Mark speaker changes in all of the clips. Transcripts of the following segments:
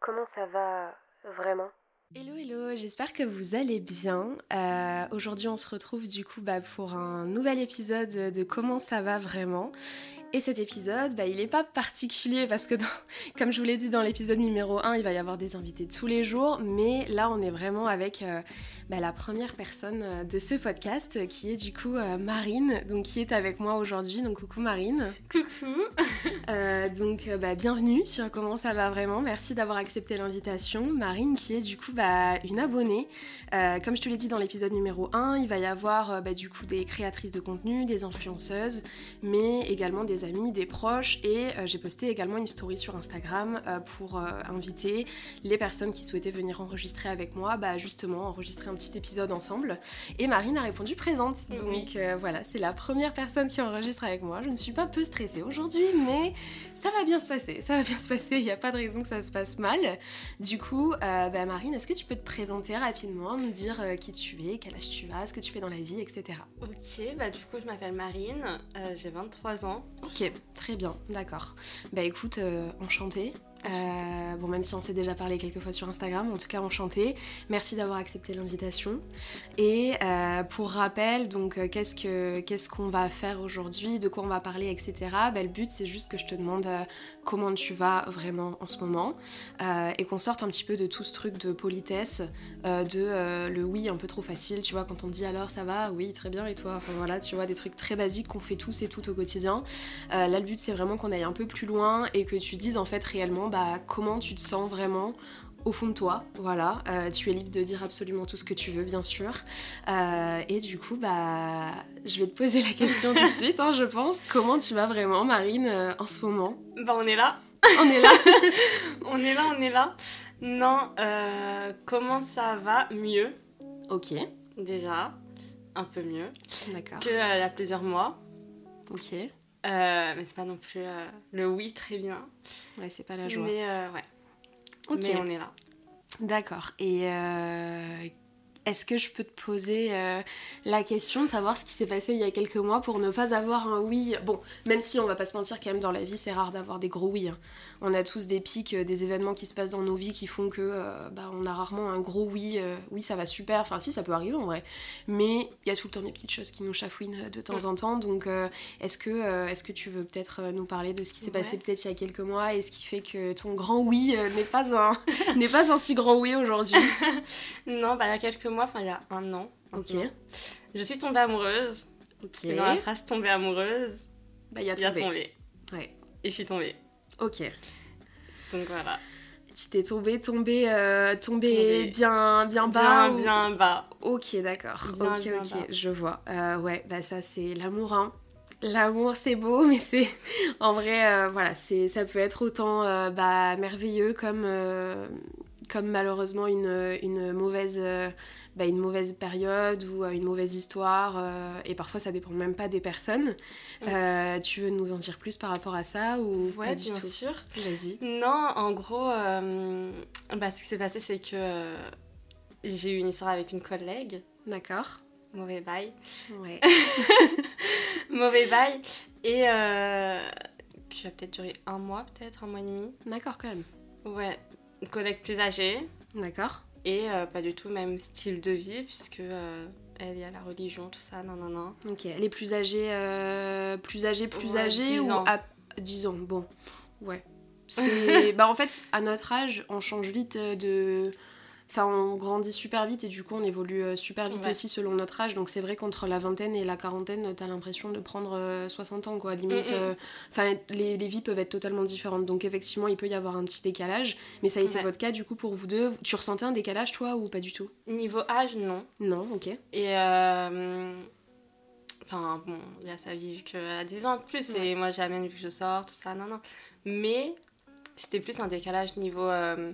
Speaker 1: Comment ça va vraiment
Speaker 2: Hello, hello, j'espère que vous allez bien. Euh, Aujourd'hui, on se retrouve du coup bah, pour un nouvel épisode de Comment ça va vraiment. Et cet épisode, bah, il n'est pas particulier parce que, dans- comme je vous l'ai dit dans l'épisode numéro 1, il va y avoir des invités tous les jours. Mais là, on est vraiment avec euh, bah, la première personne euh, de ce podcast euh, qui est du coup euh, Marine, donc qui est avec moi aujourd'hui. Donc, coucou Marine.
Speaker 3: Coucou
Speaker 2: Euh, donc, euh, bah, bienvenue sur Comment ça va vraiment. Merci d'avoir accepté l'invitation. Marine, qui est du coup bah, une abonnée. Euh, comme je te l'ai dit dans l'épisode numéro 1, il va y avoir euh, bah, du coup des créatrices de contenu, des influenceuses, mais également des amis, des proches. Et euh, j'ai posté également une story sur Instagram euh, pour euh, inviter les personnes qui souhaitaient venir enregistrer avec moi, bah, justement enregistrer un petit épisode ensemble. Et Marine a répondu présente.
Speaker 3: Oui.
Speaker 2: Donc euh, voilà, c'est la première personne qui enregistre avec moi. Je ne suis pas peu stressée aujourd'hui, mais ça va bien se passer, ça va bien se passer, il n'y a pas de raison que ça se passe mal. Du coup, euh, bah, Marine, est-ce que tu peux te présenter rapidement, me dire euh, qui tu es, quel âge tu as, ce que tu fais dans la vie, etc.
Speaker 3: Ok, bah du coup je m'appelle Marine, euh, j'ai 23 ans.
Speaker 2: Ok, très bien, d'accord. Bah écoute, euh, enchantée. Euh, bon, même si on s'est déjà parlé quelques fois sur Instagram, en tout cas enchantée. Merci d'avoir accepté l'invitation. Et euh, pour rappel, donc euh, qu'est-ce que qu'est-ce qu'on va faire aujourd'hui, de quoi on va parler, etc. Bah, le but c'est juste que je te demande euh, comment tu vas vraiment en ce moment euh, et qu'on sorte un petit peu de tout ce truc de politesse, euh, de euh, le oui un peu trop facile, tu vois, quand on te dit alors ça va, oui très bien et toi, enfin voilà, tu vois des trucs très basiques qu'on fait tous et toutes au quotidien. Euh, là, le but, c'est vraiment qu'on aille un peu plus loin et que tu dises en fait réellement bah, comment tu te sens vraiment au fond de toi. Voilà, Euh, tu es libre de dire absolument tout ce que tu veux, bien sûr. Euh, et du coup, bah, je vais te poser la question tout de suite, hein, je pense. Comment tu vas vraiment, Marine, euh, en ce moment
Speaker 3: Bah on est là,
Speaker 2: On est là
Speaker 3: on est là, on est là. Non, euh, comment ça va Mieux,
Speaker 2: Ok,
Speaker 3: déjà, un peu mieux
Speaker 2: d'accord.
Speaker 3: que euh, il y a plusieurs mois.
Speaker 2: Ok,
Speaker 3: Euh, mais c'est pas non plus euh, le oui très bien.
Speaker 2: ouais, c'est pas la joie.
Speaker 3: Mais euh, ouais,
Speaker 2: Ok,
Speaker 3: mais on est là.
Speaker 2: d'accord. Et. euh, Est-ce que je peux te poser euh, la question de savoir ce qui s'est passé il y a quelques mois pour ne pas avoir un oui Bon, même si on va pas se mentir, quand même dans la vie, c'est rare d'avoir des gros oui. hein. On a tous des pics, euh, des événements qui se passent dans nos vies qui font que euh, bah, on a rarement un gros oui. euh, oui, ça va super. Enfin, si, ça peut arriver en vrai. Mais il y a tout le temps des petites choses qui nous chafouinent euh, de temps en temps. Donc, euh, est-ce que, euh, est-ce que tu veux peut-être euh, nous parler de ce qui s'est
Speaker 3: Ouais.
Speaker 2: passé peut-être il y a quelques mois et ce qui fait que ton grand oui euh, n'est pas un n'est pas un si grand oui aujourd'hui
Speaker 3: Non, bah il y a quelques mois, enfin il y a un an.
Speaker 2: Ok.
Speaker 3: maintenant, Je suis tombée amoureuse.
Speaker 2: Ok.
Speaker 3: Et dans la phrase tombée amoureuse,
Speaker 2: Bah, il y a
Speaker 3: il y a
Speaker 2: tombé.
Speaker 3: tombé.
Speaker 2: Ouais.
Speaker 3: Et je suis tombée.
Speaker 2: Ok.
Speaker 3: Donc voilà.
Speaker 2: Tu t'es tombé, tombé, euh, tombé
Speaker 3: Tombé.
Speaker 2: bien, bien bas.
Speaker 3: bien,
Speaker 2: ou-
Speaker 3: bien bas.
Speaker 2: Ok, d'accord.
Speaker 3: Bien,
Speaker 2: Ok,
Speaker 3: bien
Speaker 2: ok,
Speaker 3: bas.
Speaker 2: je vois. Euh, ouais, bah ça c'est l'amour, hein. L'amour c'est beau, mais c'est en vrai, euh, voilà, c'est ça peut être autant euh, bah, merveilleux comme euh, comme malheureusement une, une mauvaise euh, bah, une mauvaise période ou euh, une mauvaise histoire. euh, et parfois ça dépend même pas des personnes.
Speaker 3: Mm.
Speaker 2: Euh, tu veux nous en dire plus par rapport à ça ou pas
Speaker 3: Ouais,
Speaker 2: du
Speaker 3: bien
Speaker 2: tout
Speaker 3: sûr.
Speaker 2: Vas-y.
Speaker 3: Non, en gros, euh, bah, ce qui s'est passé, c'est que euh, j'ai eu une histoire avec une collègue.
Speaker 2: D'accord.
Speaker 3: Mauvais bail.
Speaker 2: Ouais.
Speaker 3: Mauvais bail. Et euh, qui a peut-être duré un mois, peut-être un mois et demi.
Speaker 2: D'accord quand même.
Speaker 3: Ouais, une collègue plus âgée.
Speaker 2: D'accord.
Speaker 3: Et euh, pas du tout même style de vie, puisque euh, elle est à la religion, tout ça, non, non, non.
Speaker 2: Ok, les plus âgés, euh, plus âgés, plus
Speaker 3: Ouais,
Speaker 2: âgés
Speaker 3: 10
Speaker 2: ou
Speaker 3: ans.
Speaker 2: à 10 ans, bon, ouais. C'est... bah en fait, à notre âge, on change vite euh, de... Enfin, on grandit super vite et du coup, on évolue euh, super vite
Speaker 3: Ouais.
Speaker 2: aussi selon notre âge. Donc c'est vrai qu'entre la vingtaine et la quarantaine, t'as l'impression de prendre euh, 60 ans, quoi. Limite,
Speaker 3: Mm, mm.
Speaker 2: euh, enfin, les, les vies peuvent être totalement différentes. Donc effectivement, il peut y avoir un petit décalage. Mais ça a été
Speaker 3: Ouais.
Speaker 2: votre cas, du coup, pour vous deux. Tu ressentais un décalage, toi, ou pas du tout
Speaker 3: Niveau âge, non.
Speaker 2: Non, ok.
Speaker 3: Et. euh, Enfin, bon, il a sa vie vu qu'elle a 10 ans de plus, et moi j'amène vu que je sors, tout ça, non, non. Mais c'était plus un décalage niveau euh,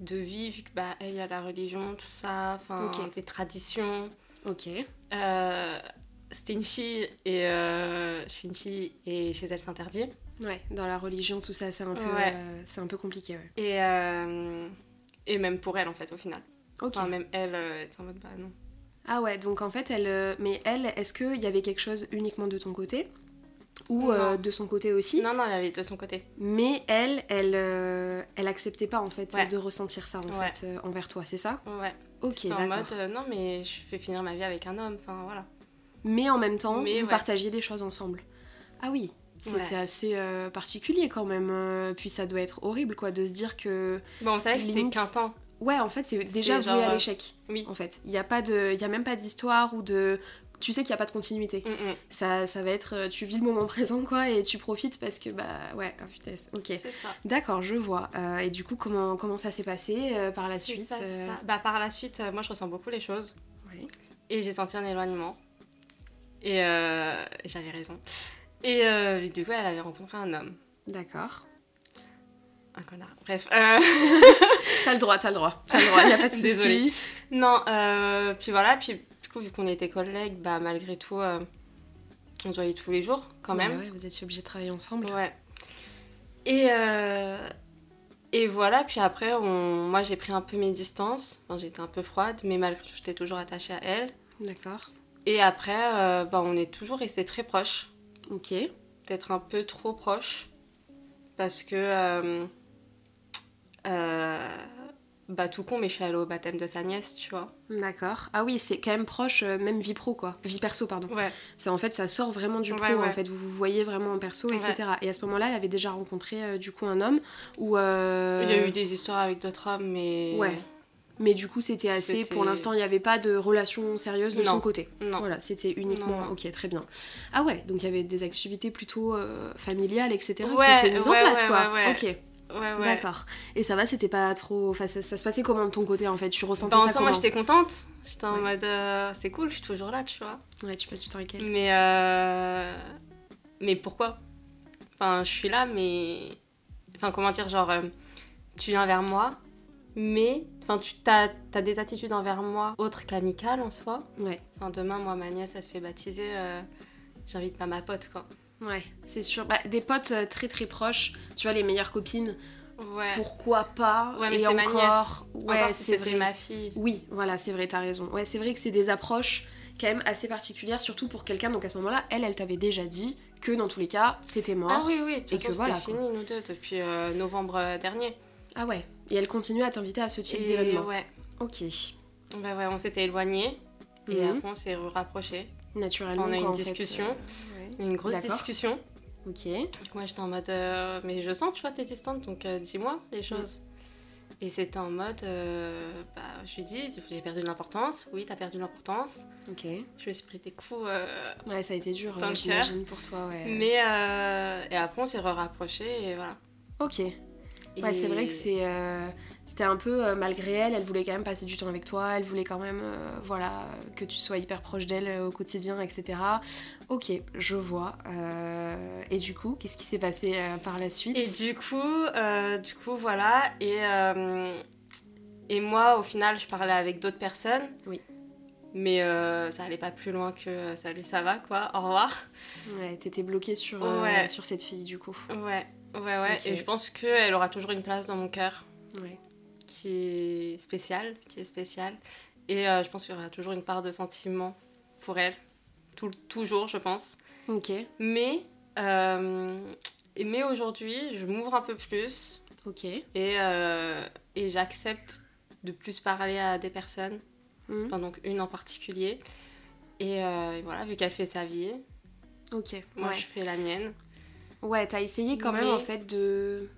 Speaker 3: de vie, vu que bah, elle, il y a la religion, tout ça, enfin,
Speaker 2: Ok.
Speaker 3: des traditions.
Speaker 2: Ok.
Speaker 3: Euh, c'était une fille, et euh, je suis une fille, et chez elle c'est interdit.
Speaker 2: Ouais, dans la religion, tout ça, c'est un peu,
Speaker 3: Ouais.
Speaker 2: euh, c'est un peu compliqué, ouais.
Speaker 3: Et, euh, et même pour elle, en fait, au final.
Speaker 2: Ok.
Speaker 3: Enfin, même elle, euh, elle est en mode bah non.
Speaker 2: Ah ouais, donc en fait, elle. euh, Mais elle, est-ce qu'il y avait quelque chose uniquement de ton côté ou euh,
Speaker 3: Non.
Speaker 2: de son côté aussi.
Speaker 3: Non, non, il y avait de son côté.
Speaker 2: Mais elle, elle, euh, elle acceptait pas en fait
Speaker 3: Ouais.
Speaker 2: de ressentir ça en
Speaker 3: Ouais.
Speaker 2: fait euh, envers toi, c'est ça
Speaker 3: Ouais.
Speaker 2: Ok,
Speaker 3: C'était en
Speaker 2: d'accord.
Speaker 3: mode, euh, non, mais je fais finir ma vie avec un homme. Enfin, voilà.
Speaker 2: Mais en même temps,
Speaker 3: Mais
Speaker 2: vous
Speaker 3: ouais.
Speaker 2: partagez des choses ensemble. Ah oui, c'était
Speaker 3: Ouais.
Speaker 2: assez euh, particulier quand même. euh, Puis ça doit être horrible quoi de se dire que
Speaker 3: Bon, on savait que c'était
Speaker 2: Limite.
Speaker 3: qu'un temps.
Speaker 2: ouais, en fait, c'est déjà
Speaker 3: genre,
Speaker 2: voué à
Speaker 3: euh,
Speaker 2: l'échec.
Speaker 3: oui.
Speaker 2: En fait, il y a pas de, il y a même pas d'histoire ou de, tu sais qu'il y a pas de continuité.
Speaker 3: Mm, mm.
Speaker 2: Ça, ça va être, euh, tu vis le moment présent quoi et tu profites parce que bah ouais, ah, vitesse. Ok.
Speaker 3: C'est ça.
Speaker 2: D'accord, je vois. Euh, et du coup, comment, comment ça s'est passé euh, par la
Speaker 3: C'est
Speaker 2: suite
Speaker 3: ça, c'est
Speaker 2: euh,
Speaker 3: ça. Bah, par la suite, euh, moi, je ressens beaucoup les choses.
Speaker 2: ouais.
Speaker 3: Et j'ai senti un éloignement. Et euh, j'avais raison. Et euh, du coup, elle avait rencontré un homme.
Speaker 2: D'accord.
Speaker 3: Un connard. Bref. Euh,
Speaker 2: T'as le droit, t'as le droit. T'as le droit, y a pas de
Speaker 3: Désolée.
Speaker 2: souci. Bah
Speaker 3: non, euh, puis voilà. Puis du coup, vu qu'on était collègues, bah, malgré tout, euh, on se voyait tous les jours quand
Speaker 2: Bah Ouais,
Speaker 3: même.
Speaker 2: ouais, vous étiez obligés de travailler ensemble.
Speaker 3: Ouais. Et, euh, et voilà, puis après, on... moi j'ai pris un peu mes distances. Enfin, j'étais un peu froide, mais malgré tout, j'étais toujours attachée à elle.
Speaker 2: D'accord.
Speaker 3: Et après, euh, bah, on est toujours restés très proches.
Speaker 2: Ok.
Speaker 3: Peut-être un peu trop proches. Parce que. euh, euh, bah, tout con, mais je suis allée au baptême de sa nièce, tu vois.
Speaker 2: D'accord. Ah oui, c'est quand même proche, euh, même vie pro quoi. Vie perso, pardon.
Speaker 3: Ouais.
Speaker 2: C'est en fait, ça sort vraiment du pro
Speaker 3: Ouais, ouais.
Speaker 2: en fait. Vous vous voyez vraiment en perso,
Speaker 3: Ouais.
Speaker 2: etc. Et à ce moment-là, elle avait déjà rencontré euh, du coup un homme où. euh,
Speaker 3: Il y a eu des histoires avec d'autres hommes, mais.
Speaker 2: Ouais. Mais du coup, c'était assez.
Speaker 3: C'était-
Speaker 2: Pour l'instant, il n'y avait pas de relation sérieuse de
Speaker 3: Non.
Speaker 2: son côté.
Speaker 3: Non.
Speaker 2: Voilà, c'était uniquement.
Speaker 3: Non, non.
Speaker 2: Ok, très bien. Ah ouais, donc il y avait des activités plutôt euh, familiales, etc.
Speaker 3: Ouais,
Speaker 2: qui étaient mises en
Speaker 3: ouais,
Speaker 2: place,
Speaker 3: ouais,
Speaker 2: quoi.
Speaker 3: ouais, ouais.
Speaker 2: Ok,
Speaker 3: Ouais, ouais.
Speaker 2: d'accord. Et ça va, c'était pas trop. Enfin, ça, ça se passait comment de ton côté en fait Tu ressentais
Speaker 3: Bah, en
Speaker 2: ça
Speaker 3: soi, moi
Speaker 2: comment
Speaker 3: j'étais contente. J'étais en
Speaker 2: Ouais.
Speaker 3: mode. euh, c'est cool, je suis toujours là, tu vois.
Speaker 2: Ouais, tu passes du temps avec elle.
Speaker 3: Mais euh, mais pourquoi Enfin, je suis là, mais enfin comment dire, genre euh, tu viens vers moi, mais enfin tu t'as as des attitudes envers moi autres qu'amicales en soi.
Speaker 2: Ouais.
Speaker 3: Enfin demain, moi ma nièce, elle se fait baptiser, euh, j'invite pas ma pote quoi.
Speaker 2: Ouais, c'est sûr. Bah, des potes euh, très très proches, tu vois, les meilleures copines,
Speaker 3: Ouais.
Speaker 2: pourquoi pas
Speaker 3: Ouais, mais
Speaker 2: Et
Speaker 3: c'est ma
Speaker 2: encore,
Speaker 3: Ouais,
Speaker 2: ouais,
Speaker 3: si c'est
Speaker 2: vrai.
Speaker 3: vrai ma fille.
Speaker 2: Oui, voilà, c'est vrai, t'as raison. Ouais, c'est vrai que c'est des approches quand même assez particulières, surtout pour quelqu'un. Donc à ce moment-là, elle, elle t'avait déjà dit que dans tous les cas, c'était mort.
Speaker 3: Ah oui, oui, de toute
Speaker 2: Et
Speaker 3: façon,
Speaker 2: que voilà,
Speaker 3: c'était fini, nous deux, depuis euh, novembre euh, dernier.
Speaker 2: Ah ouais. Et elle continue à t'inviter à ce type
Speaker 3: Et
Speaker 2: d'événement.
Speaker 3: ouais, Bah
Speaker 2: Ok.
Speaker 3: ouais, ouais, on s'était éloignés, et
Speaker 2: Mhm.
Speaker 3: après on s'est rapprochés.
Speaker 2: Naturellement.
Speaker 3: On a
Speaker 2: quoi,
Speaker 3: eu une
Speaker 2: en fait.
Speaker 3: discussion,
Speaker 2: Ouais.
Speaker 3: une grosse
Speaker 2: D'accord.
Speaker 3: discussion.
Speaker 2: Ok.
Speaker 3: Donc Moi j'étais en mode, euh, mais je sens, tu vois, t'es distante, donc euh, dis-moi
Speaker 2: Mm.
Speaker 3: les choses. Et c'était en mode, euh, bah, je lui dis, j'ai perdu de l'importance, oui, t'as perdu de l'importance.
Speaker 2: Ok.
Speaker 3: Je me suis pris des coups, euh,
Speaker 2: Ouais, ça a été dur,
Speaker 3: Dans
Speaker 2: euh,
Speaker 3: le
Speaker 2: j'imagine, pour toi, ouais.
Speaker 3: mais. euh, et après, on s'est rapprochés et voilà.
Speaker 2: Ok.
Speaker 3: Et-
Speaker 2: Ouais, c'est vrai que c'est, euh, c'était un peu euh, malgré elle, elle voulait quand même passer du temps avec toi, elle voulait quand même euh, voilà, que tu sois hyper proche d'elle euh, au quotidien, etc. Ok, je vois. Euh, et du coup, qu'est-ce qui s'est passé euh, par la suite
Speaker 3: Et du coup, euh, du coup, voilà. Et, euh, et moi, au final, je parlais avec d'autres personnes.
Speaker 2: Oui.
Speaker 3: Mais euh, ça allait pas plus loin que euh, salut, ça va, quoi, au revoir.
Speaker 2: Ouais, t'étais bloquée sur, euh,
Speaker 3: Ouais.
Speaker 2: sur cette fille, du coup.
Speaker 3: Ouais, ouais, ouais.
Speaker 2: Ok.
Speaker 3: Et je pense qu'elle aura toujours une place dans mon cœur.
Speaker 2: Ouais.
Speaker 3: qui est spéciale, qui est spéciale. Et euh, je pense qu'il y aura toujours une part de sentiment pour elle, Tout- toujours, je pense.
Speaker 2: Ok,
Speaker 3: Mais, euh, mais aujourd'hui, je m'ouvre un peu plus
Speaker 2: ok.
Speaker 3: et, euh, et j'accepte de plus parler à des personnes,
Speaker 2: Mhm.
Speaker 3: enfin donc une en particulier. Et, euh, et voilà, vu qu'elle fait sa vie,
Speaker 2: Ok,
Speaker 3: moi
Speaker 2: ouais.
Speaker 3: je fais la mienne.
Speaker 2: Ouais, t'as essayé quand même
Speaker 3: Mais-
Speaker 2: en fait de,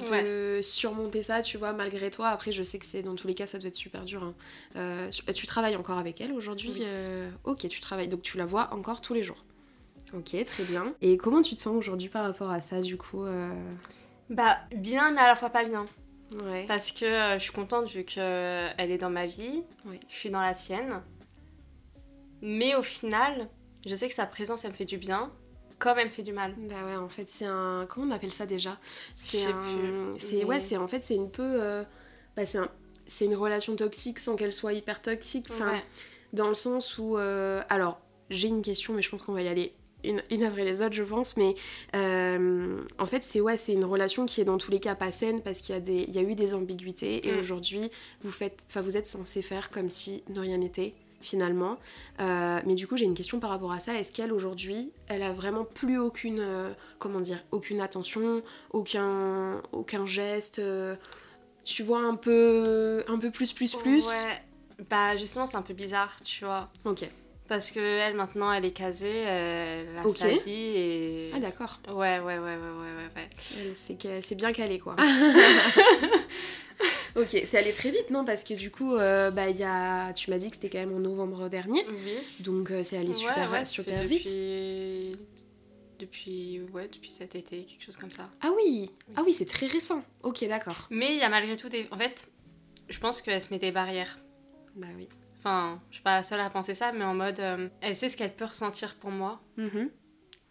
Speaker 2: de surmonter ça, tu vois, malgré toi. Après, je sais que c'est dans tous les cas, ça doit être super dur. hein. Euh, su- tu travailles encore avec elle aujourd'hui
Speaker 3: Oui.
Speaker 2: euh, Ok, tu travailles, donc tu la vois encore tous les jours. Ok, très bien. Et comment tu te sens aujourd'hui par rapport à ça, du coup euh,
Speaker 3: Bah, bien, mais à la fois pas bien.
Speaker 2: Ouais.
Speaker 3: Parce que euh, je suis contente vu qu'elle est dans ma vie,
Speaker 2: Oui.
Speaker 3: je suis dans la sienne. Mais au final, je sais que sa présence, elle me fait du bien, comme elle me fait du mal.
Speaker 2: Bah ouais, en fait, c'est un. Comment on appelle ça déjà C'est
Speaker 3: Je sais
Speaker 2: un.
Speaker 3: plus,
Speaker 2: C'est
Speaker 3: mais-
Speaker 2: ouais, c'est en fait c'est une peu. euh, Bah c'est un- c'est une relation toxique sans qu'elle soit hyper toxique. Enfin,
Speaker 3: Ouais.
Speaker 2: dans le sens où. euh, Alors, j'ai une question, mais je pense qu'on va y aller une, une après les autres, je pense. Mais euh, en fait, c'est ouais, c'est une relation qui est dans tous les cas pas saine parce qu'il y a des, il y a eu des ambiguïtés et
Speaker 3: Mm.
Speaker 2: aujourd'hui, vous faites, enfin, vous êtes censé faire comme si de rien n'était finalement. Euh, mais du coup, j'ai une question par rapport à ça. Est-ce qu'elle aujourd'hui, elle a vraiment plus aucune, euh, comment dire, aucune attention, aucun, aucun geste euh, Tu vois un peu, un peu plus, plus, plus.
Speaker 3: Ouais. Bah justement, c'est un peu bizarre, tu vois.
Speaker 2: Ok.
Speaker 3: Parce que elle maintenant, elle est casée, euh, elle a
Speaker 2: Ok.
Speaker 3: sa vie et.
Speaker 2: Ah d'accord.
Speaker 3: ouais, ouais, ouais, ouais, ouais, ouais, ouais.
Speaker 2: Elle, C'est que- c'est bien calé quoi. ok, c'est allé très vite non Parce que du coup, euh, bah il y a, tu m'as dit que c'était quand même en novembre dernier,
Speaker 3: Oui.
Speaker 2: donc euh, c'est allé
Speaker 3: Ouais,
Speaker 2: super,
Speaker 3: ouais, ça
Speaker 2: super
Speaker 3: fait
Speaker 2: vite.
Speaker 3: Depuis... depuis, ouais, depuis cet été, quelque chose comme ça.
Speaker 2: Ah oui, ah oui, c'est très récent. Ok, d'accord.
Speaker 3: Mais il y a malgré tout des. En fait, je pense qu'elle se met des barrières.
Speaker 2: Bah oui.
Speaker 3: Enfin, je suis pas la seule à penser ça, mais en mode, euh, elle sait ce qu'elle peut ressentir pour moi.
Speaker 2: Mhm.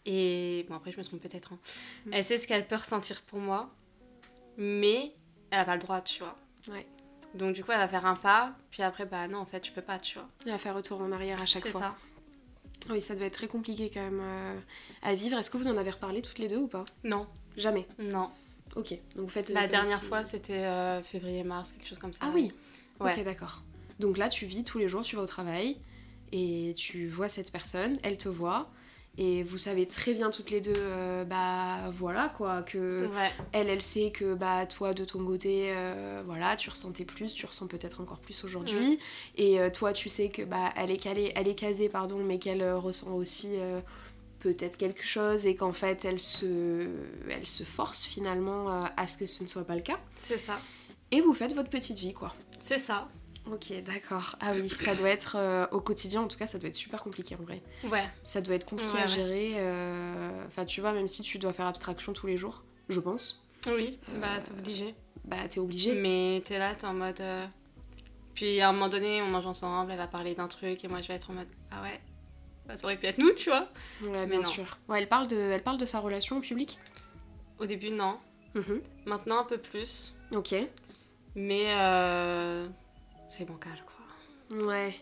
Speaker 3: Et bon, après, je me trompe peut-être. hein.
Speaker 2: Mm.
Speaker 3: Elle sait ce qu'elle peut ressentir pour moi, mais elle a pas le droit, tu vois.
Speaker 2: Ouais.
Speaker 3: Donc, du coup, elle va faire un pas, puis après, bah non, en fait, je peux pas, tu vois.
Speaker 2: Elle va faire retour en arrière à chaque
Speaker 3: C'est
Speaker 2: fois.
Speaker 3: ça.
Speaker 2: Oui, ça devait être très compliqué quand même euh, à vivre. Est-ce que vous en avez reparlé toutes les deux ou pas
Speaker 3: Non,
Speaker 2: Jamais.
Speaker 3: non.
Speaker 2: Ok. Donc vous faites. euh,
Speaker 3: La
Speaker 2: comme
Speaker 3: dernière
Speaker 2: si-
Speaker 3: fois, c'était euh, février-mars, quelque chose comme ça.
Speaker 2: Ah oui.
Speaker 3: Ouais.
Speaker 2: Ok, d'accord. Donc là, tu vis tous les jours, tu vas au travail et tu vois cette personne, elle te voit. Et vous savez très bien toutes les deux, euh, bah voilà quoi, que
Speaker 3: Ouais.
Speaker 2: elle, elle sait que bah toi de ton côté, euh, voilà, tu ressentais plus, tu ressens peut-être encore plus aujourd'hui. Et euh, toi, tu sais que bah elle est calée, elle est casée pardon, mais qu'elle euh, ressent aussi euh, peut-être quelque chose et qu'en fait elle se, elle se force finalement euh, à ce que ce ne soit pas le cas.
Speaker 3: C'est ça.
Speaker 2: Et vous faites votre petite vie quoi.
Speaker 3: C'est ça.
Speaker 2: Ok, d'accord. Ah oui, ça doit être euh, au quotidien, en tout cas, ça doit être super compliqué en vrai.
Speaker 3: Ouais.
Speaker 2: Ça doit être compliqué
Speaker 3: Ouais,
Speaker 2: à
Speaker 3: ouais.
Speaker 2: gérer. euh, Enfin, tu vois, même si tu dois faire abstraction tous les jours, je pense,
Speaker 3: Oui, bah t'es obligé.
Speaker 2: bah t'es obligé.
Speaker 3: Mais t'es là, t'es en mode. euh, Puis à un moment donné, on mange ensemble, elle va parler d'un truc et moi je vais être en mode Ah ouais, bah, ça aurait pu être nous, tu vois.
Speaker 2: Ouais,
Speaker 3: mais
Speaker 2: bien
Speaker 3: non.
Speaker 2: sûr. Ouais, elle parle de, elle parle de sa relation au public.
Speaker 3: Au début, non.
Speaker 2: Mhm.
Speaker 3: Maintenant, un peu plus.
Speaker 2: Ok.
Speaker 3: Mais euh, c'est bancal, quoi.
Speaker 2: Ouais.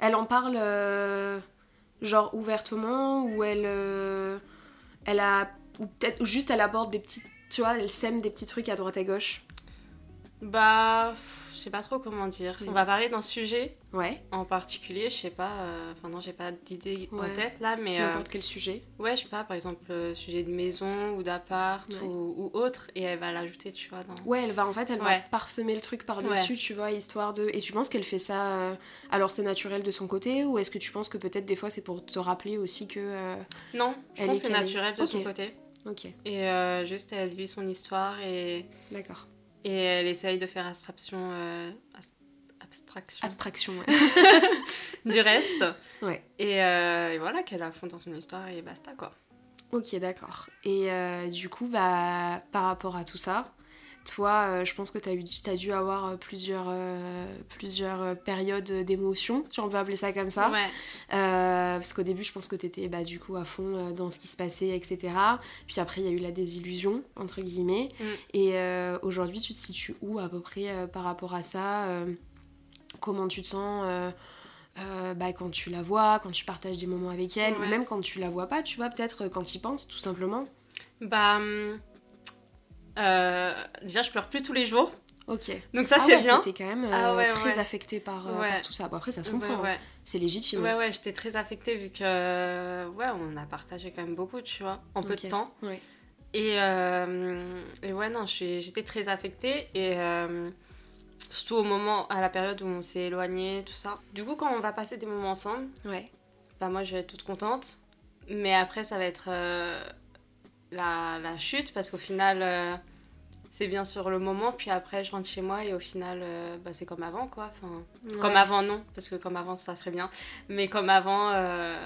Speaker 2: Elle en parle euh, genre ouvertement ou elle, euh, elle a ou peut-être ou juste elle aborde des petites, tu vois, elle sème des petits trucs à droite à gauche.
Speaker 3: Bah, pff, je sais pas trop comment dire.
Speaker 2: Vas-y.
Speaker 3: On va parler d'un sujet
Speaker 2: Ouais.
Speaker 3: en particulier, je sais pas. euh, Enfin, non, j'ai pas d'idée
Speaker 2: Ouais.
Speaker 3: en tête là, mais. euh,
Speaker 2: N'importe quel sujet.
Speaker 3: Ouais, je sais pas, par exemple, euh, sujet de maison ou d'appart
Speaker 2: Ouais.
Speaker 3: ou, ou autre, et elle va l'ajouter, tu vois, dans...
Speaker 2: Ouais, elle va en fait, elle va
Speaker 3: Ouais.
Speaker 2: parsemer le truc par-dessus, tu vois, histoire de. Et tu penses qu'elle fait ça euh, alors c'est naturel de son côté ou est-ce que tu penses que peut-être des fois c'est pour te rappeler aussi que. euh,
Speaker 3: Non, je
Speaker 2: Elle
Speaker 3: pense
Speaker 2: est
Speaker 3: que c'est
Speaker 2: calée.
Speaker 3: naturel de
Speaker 2: Ok.
Speaker 3: son côté.
Speaker 2: Ok,
Speaker 3: Et euh, juste, elle vit son histoire et,
Speaker 2: d'accord.
Speaker 3: et elle essaye de faire abstraction, euh, as- abstraction
Speaker 2: Abstraction, ouais.
Speaker 3: du reste.
Speaker 2: Ouais.
Speaker 3: Et, euh, et voilà, qu'elle est à fond dans son histoire et basta, quoi.
Speaker 2: ok, d'accord. Et euh, du coup, bah, par rapport à tout ça, toi, euh, je pense que t'as, eu, t'as dû avoir euh, plusieurs, euh, plusieurs euh, périodes d'émotion, si on peut appeler ça comme ça.
Speaker 3: ouais.
Speaker 2: Euh, parce qu'au début, je pense que t'étais bah, du coup à fond euh, dans ce qui se passait, etc. Puis après, il y a eu la désillusion, entre guillemets.
Speaker 3: Mm.
Speaker 2: Et euh, aujourd'hui, tu te situes où à peu près euh, par rapport à ça euh, Comment tu te sens euh, euh, bah, quand tu la vois, quand tu partages des moments avec elle, ou
Speaker 3: Ouais.
Speaker 2: même quand tu la vois pas, tu vois, peut-être euh, quand tu y penses, tout simplement.
Speaker 3: Bah... hum, euh, déjà, je pleure plus tous les jours,
Speaker 2: Ok.
Speaker 3: donc ça,
Speaker 2: ah
Speaker 3: c'est
Speaker 2: ouais,
Speaker 3: bien.
Speaker 2: t'étais quand même euh,
Speaker 3: Ah ouais,
Speaker 2: très
Speaker 3: ouais.
Speaker 2: affectée par, euh,
Speaker 3: Ouais.
Speaker 2: par tout ça. Bon, après, ça se
Speaker 3: Ouais,
Speaker 2: comprend, hein.
Speaker 3: ouais.
Speaker 2: c'est légitime.
Speaker 3: Ouais, ouais, j'étais très affectée vu que, euh, ouais, on a partagé quand même beaucoup, tu vois, en peu
Speaker 2: Ok.
Speaker 3: de temps.
Speaker 2: Ouais.
Speaker 3: Et, euh, et ouais, non, je suis- j'étais très affectée et euh, surtout au moment, à la période où on s'est éloigné, tout ça. Du coup, quand on va passer des moments ensemble,
Speaker 2: Ouais.
Speaker 3: bah moi, je vais être toute contente, mais après, ça va être euh, la, la chute parce qu'au final, euh, c'est bien sur le moment, puis après, je rentre chez moi et au final, euh, bah, c'est comme avant, quoi. Enfin, comme
Speaker 2: Ouais.
Speaker 3: avant, non, parce que comme avant, ça serait bien. Mais comme avant, euh,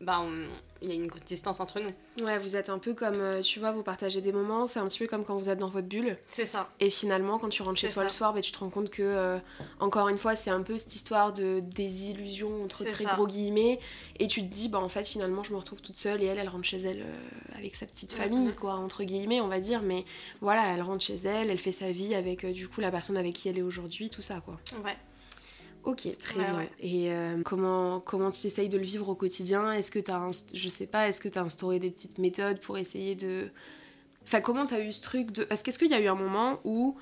Speaker 3: bah, on- il y a une distance entre nous.
Speaker 2: Ouais, vous êtes un peu comme, euh, tu vois, vous partagez des moments, c'est un petit peu comme quand vous êtes dans votre bulle.
Speaker 3: C'est ça.
Speaker 2: Et finalement, quand tu rentres chez
Speaker 3: C'est
Speaker 2: toi
Speaker 3: ça.
Speaker 2: le soir, bah, tu te rends compte que, euh, encore une fois, c'est un peu cette histoire de désillusion, entre
Speaker 3: C'est
Speaker 2: très
Speaker 3: ça.
Speaker 2: gros guillemets. Et tu te dis, bah, en fait, finalement, je me retrouve toute seule et elle, elle rentre chez elle euh, avec sa petite
Speaker 3: Mhm.
Speaker 2: famille, quoi, entre guillemets, on va dire. Mais voilà, elle rentre chez elle, elle fait sa vie avec, euh, du coup, la personne avec qui elle est aujourd'hui, tout ça, quoi.
Speaker 3: Ouais.
Speaker 2: Ok, très
Speaker 3: Ouais,
Speaker 2: bien.
Speaker 3: ouais.
Speaker 2: Et euh, comment comment tu essayes de le vivre au quotidien Est-ce que t'as inst- je sais pas, est-ce que t'as instauré des petites méthodes pour essayer de, enfin comment t'as eu ce truc de, parce qu'est-ce qu'il y a eu un moment où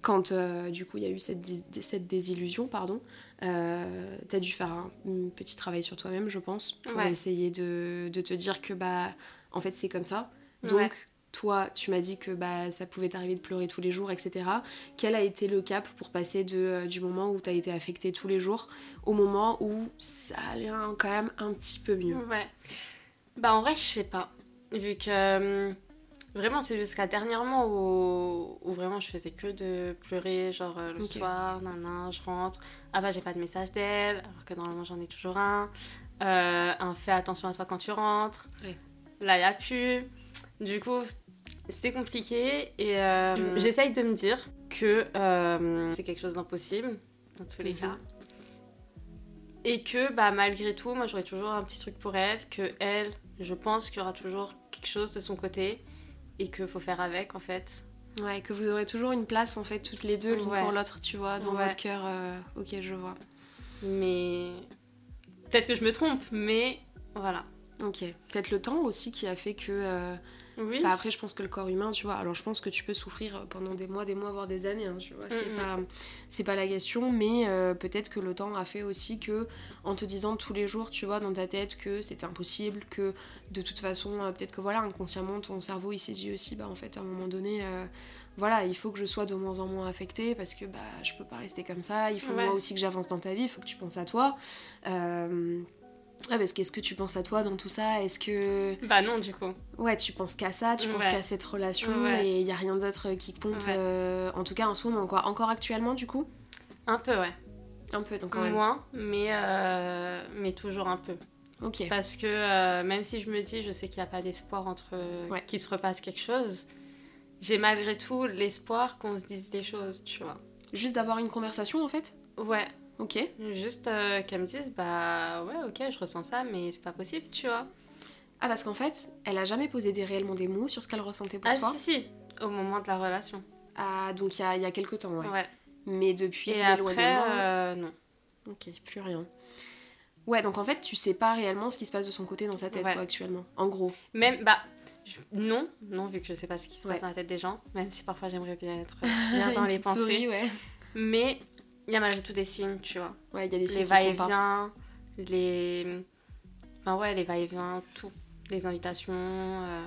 Speaker 2: quand euh, du coup il y a eu cette, dis- cette désillusion, pardon, euh, t'as dû faire un, un petit travail sur toi-même, je pense, pour
Speaker 3: Ouais.
Speaker 2: essayer de, de te dire que bah en fait c'est comme ça. Donc
Speaker 3: Ouais.
Speaker 2: toi, tu m'as dit que bah ça pouvait t'arriver de pleurer tous les jours, etc. Quel a été le cap pour passer de, euh, du moment où t'as été affectée tous les jours au moment où ça allait hein, quand même un petit peu mieux
Speaker 3: Ouais. Bah en vrai, je sais pas. Vu que euh, vraiment, c'est jusqu'à dernièrement où, où vraiment je faisais que de pleurer, genre euh, le
Speaker 2: Ok.
Speaker 3: soir, nanan, je rentre. Ah bah j'ai pas de message d'elle, alors que normalement j'en ai toujours un. Euh, un fais attention à toi quand tu rentres.
Speaker 2: Ouais.
Speaker 3: Là, y a plus. Du coup, c'était compliqué et euh,
Speaker 2: Mhm.
Speaker 3: j'essaye de me dire que euh, c'est quelque chose d'impossible dans tous les
Speaker 2: Mhm.
Speaker 3: cas et que bah malgré tout moi j'aurais toujours un petit truc pour elle que elle je pense qu'il y aura toujours quelque chose de son côté et que faut faire avec en fait
Speaker 2: Mhm. Ouais, que vous aurez toujours une place en fait toutes les deux l'une
Speaker 3: Ouais.
Speaker 2: pour l'autre, tu vois, dans
Speaker 3: Ouais.
Speaker 2: votre cœur. euh, Ok, je vois.
Speaker 3: mais peut-être que je me trompe mais voilà
Speaker 2: Ok. Peut-être le temps aussi qui a fait que. euh,
Speaker 3: oui
Speaker 2: enfin, après, je pense que le corps humain, tu vois. Alors, je pense que tu peux souffrir pendant des mois, des mois, voire des années. hein, tu vois, c'est
Speaker 3: Mhm.
Speaker 2: pas, c'est pas la question. Mais euh, peut-être que le temps a fait aussi que, en te disant tous les jours, tu vois, dans ta tête que c'était impossible, que de toute façon, euh, peut-être que voilà, inconsciemment, ton cerveau il s'est dit aussi, bah en fait, à un moment donné. euh, voilà, il faut que je sois de moins en moins affectée parce que bah je peux pas rester comme ça. Il faut
Speaker 3: Ouais.
Speaker 2: moi aussi que j'avance dans ta vie. Il faut que tu penses à toi. Euh, Ah parce qu'est-ce que tu penses à toi dans tout ça Est-ce que
Speaker 3: bah non du coup
Speaker 2: ouais tu penses qu'à ça, tu penses
Speaker 3: Ouais.
Speaker 2: qu'à cette relation
Speaker 3: Ouais.
Speaker 2: et il y a rien d'autre qui compte
Speaker 3: Ouais.
Speaker 2: euh, en tout cas en ce moment quoi. Encore actuellement du coup
Speaker 3: un peu ouais
Speaker 2: Un peu donc quand même.
Speaker 3: moins mais euh, mais toujours un peu
Speaker 2: Ok.
Speaker 3: parce que euh, même si je me dis je sais qu'il n'y a pas d'espoir entre
Speaker 2: Ouais.
Speaker 3: qu'il se repasse quelque chose j'ai malgré tout l'espoir qu'on se dise des choses tu vois
Speaker 2: Juste d'avoir une conversation en fait.
Speaker 3: ouais
Speaker 2: Ok.
Speaker 3: Juste euh, qu'elle me dise, bah ouais, ok, je ressens ça, mais c'est pas possible, tu vois.
Speaker 2: Ah parce qu'en fait elle a jamais posé des, réellement des mots sur ce qu'elle ressentait pour
Speaker 3: ah
Speaker 2: toi.
Speaker 3: si, si, au moment de la relation.
Speaker 2: Ah donc il y a, il y a quelques temps ouais.
Speaker 3: Ouais.
Speaker 2: Mais depuis
Speaker 3: Et
Speaker 2: l'éloignement.
Speaker 3: après, euh, non.
Speaker 2: Ok plus rien. Ouais donc en fait tu sais pas réellement ce qui se passe de son côté dans sa tête
Speaker 3: Ouais.
Speaker 2: quoi actuellement. En gros.
Speaker 3: Même, bah, je- non, non, vu que je sais pas ce qui se
Speaker 2: Ouais.
Speaker 3: passe dans la tête des gens, même si parfois j'aimerais bien être euh, bien dans
Speaker 2: Une
Speaker 3: les
Speaker 2: petite
Speaker 3: pensées.
Speaker 2: souris, ouais.
Speaker 3: Mais il y a malgré tout des signes, tu vois.
Speaker 2: Ouais il y a des signes
Speaker 3: les
Speaker 2: qui se font pas.
Speaker 3: va-et-vient, les. Enfin ouais, les va-et-vient, tout. Les invitations. euh,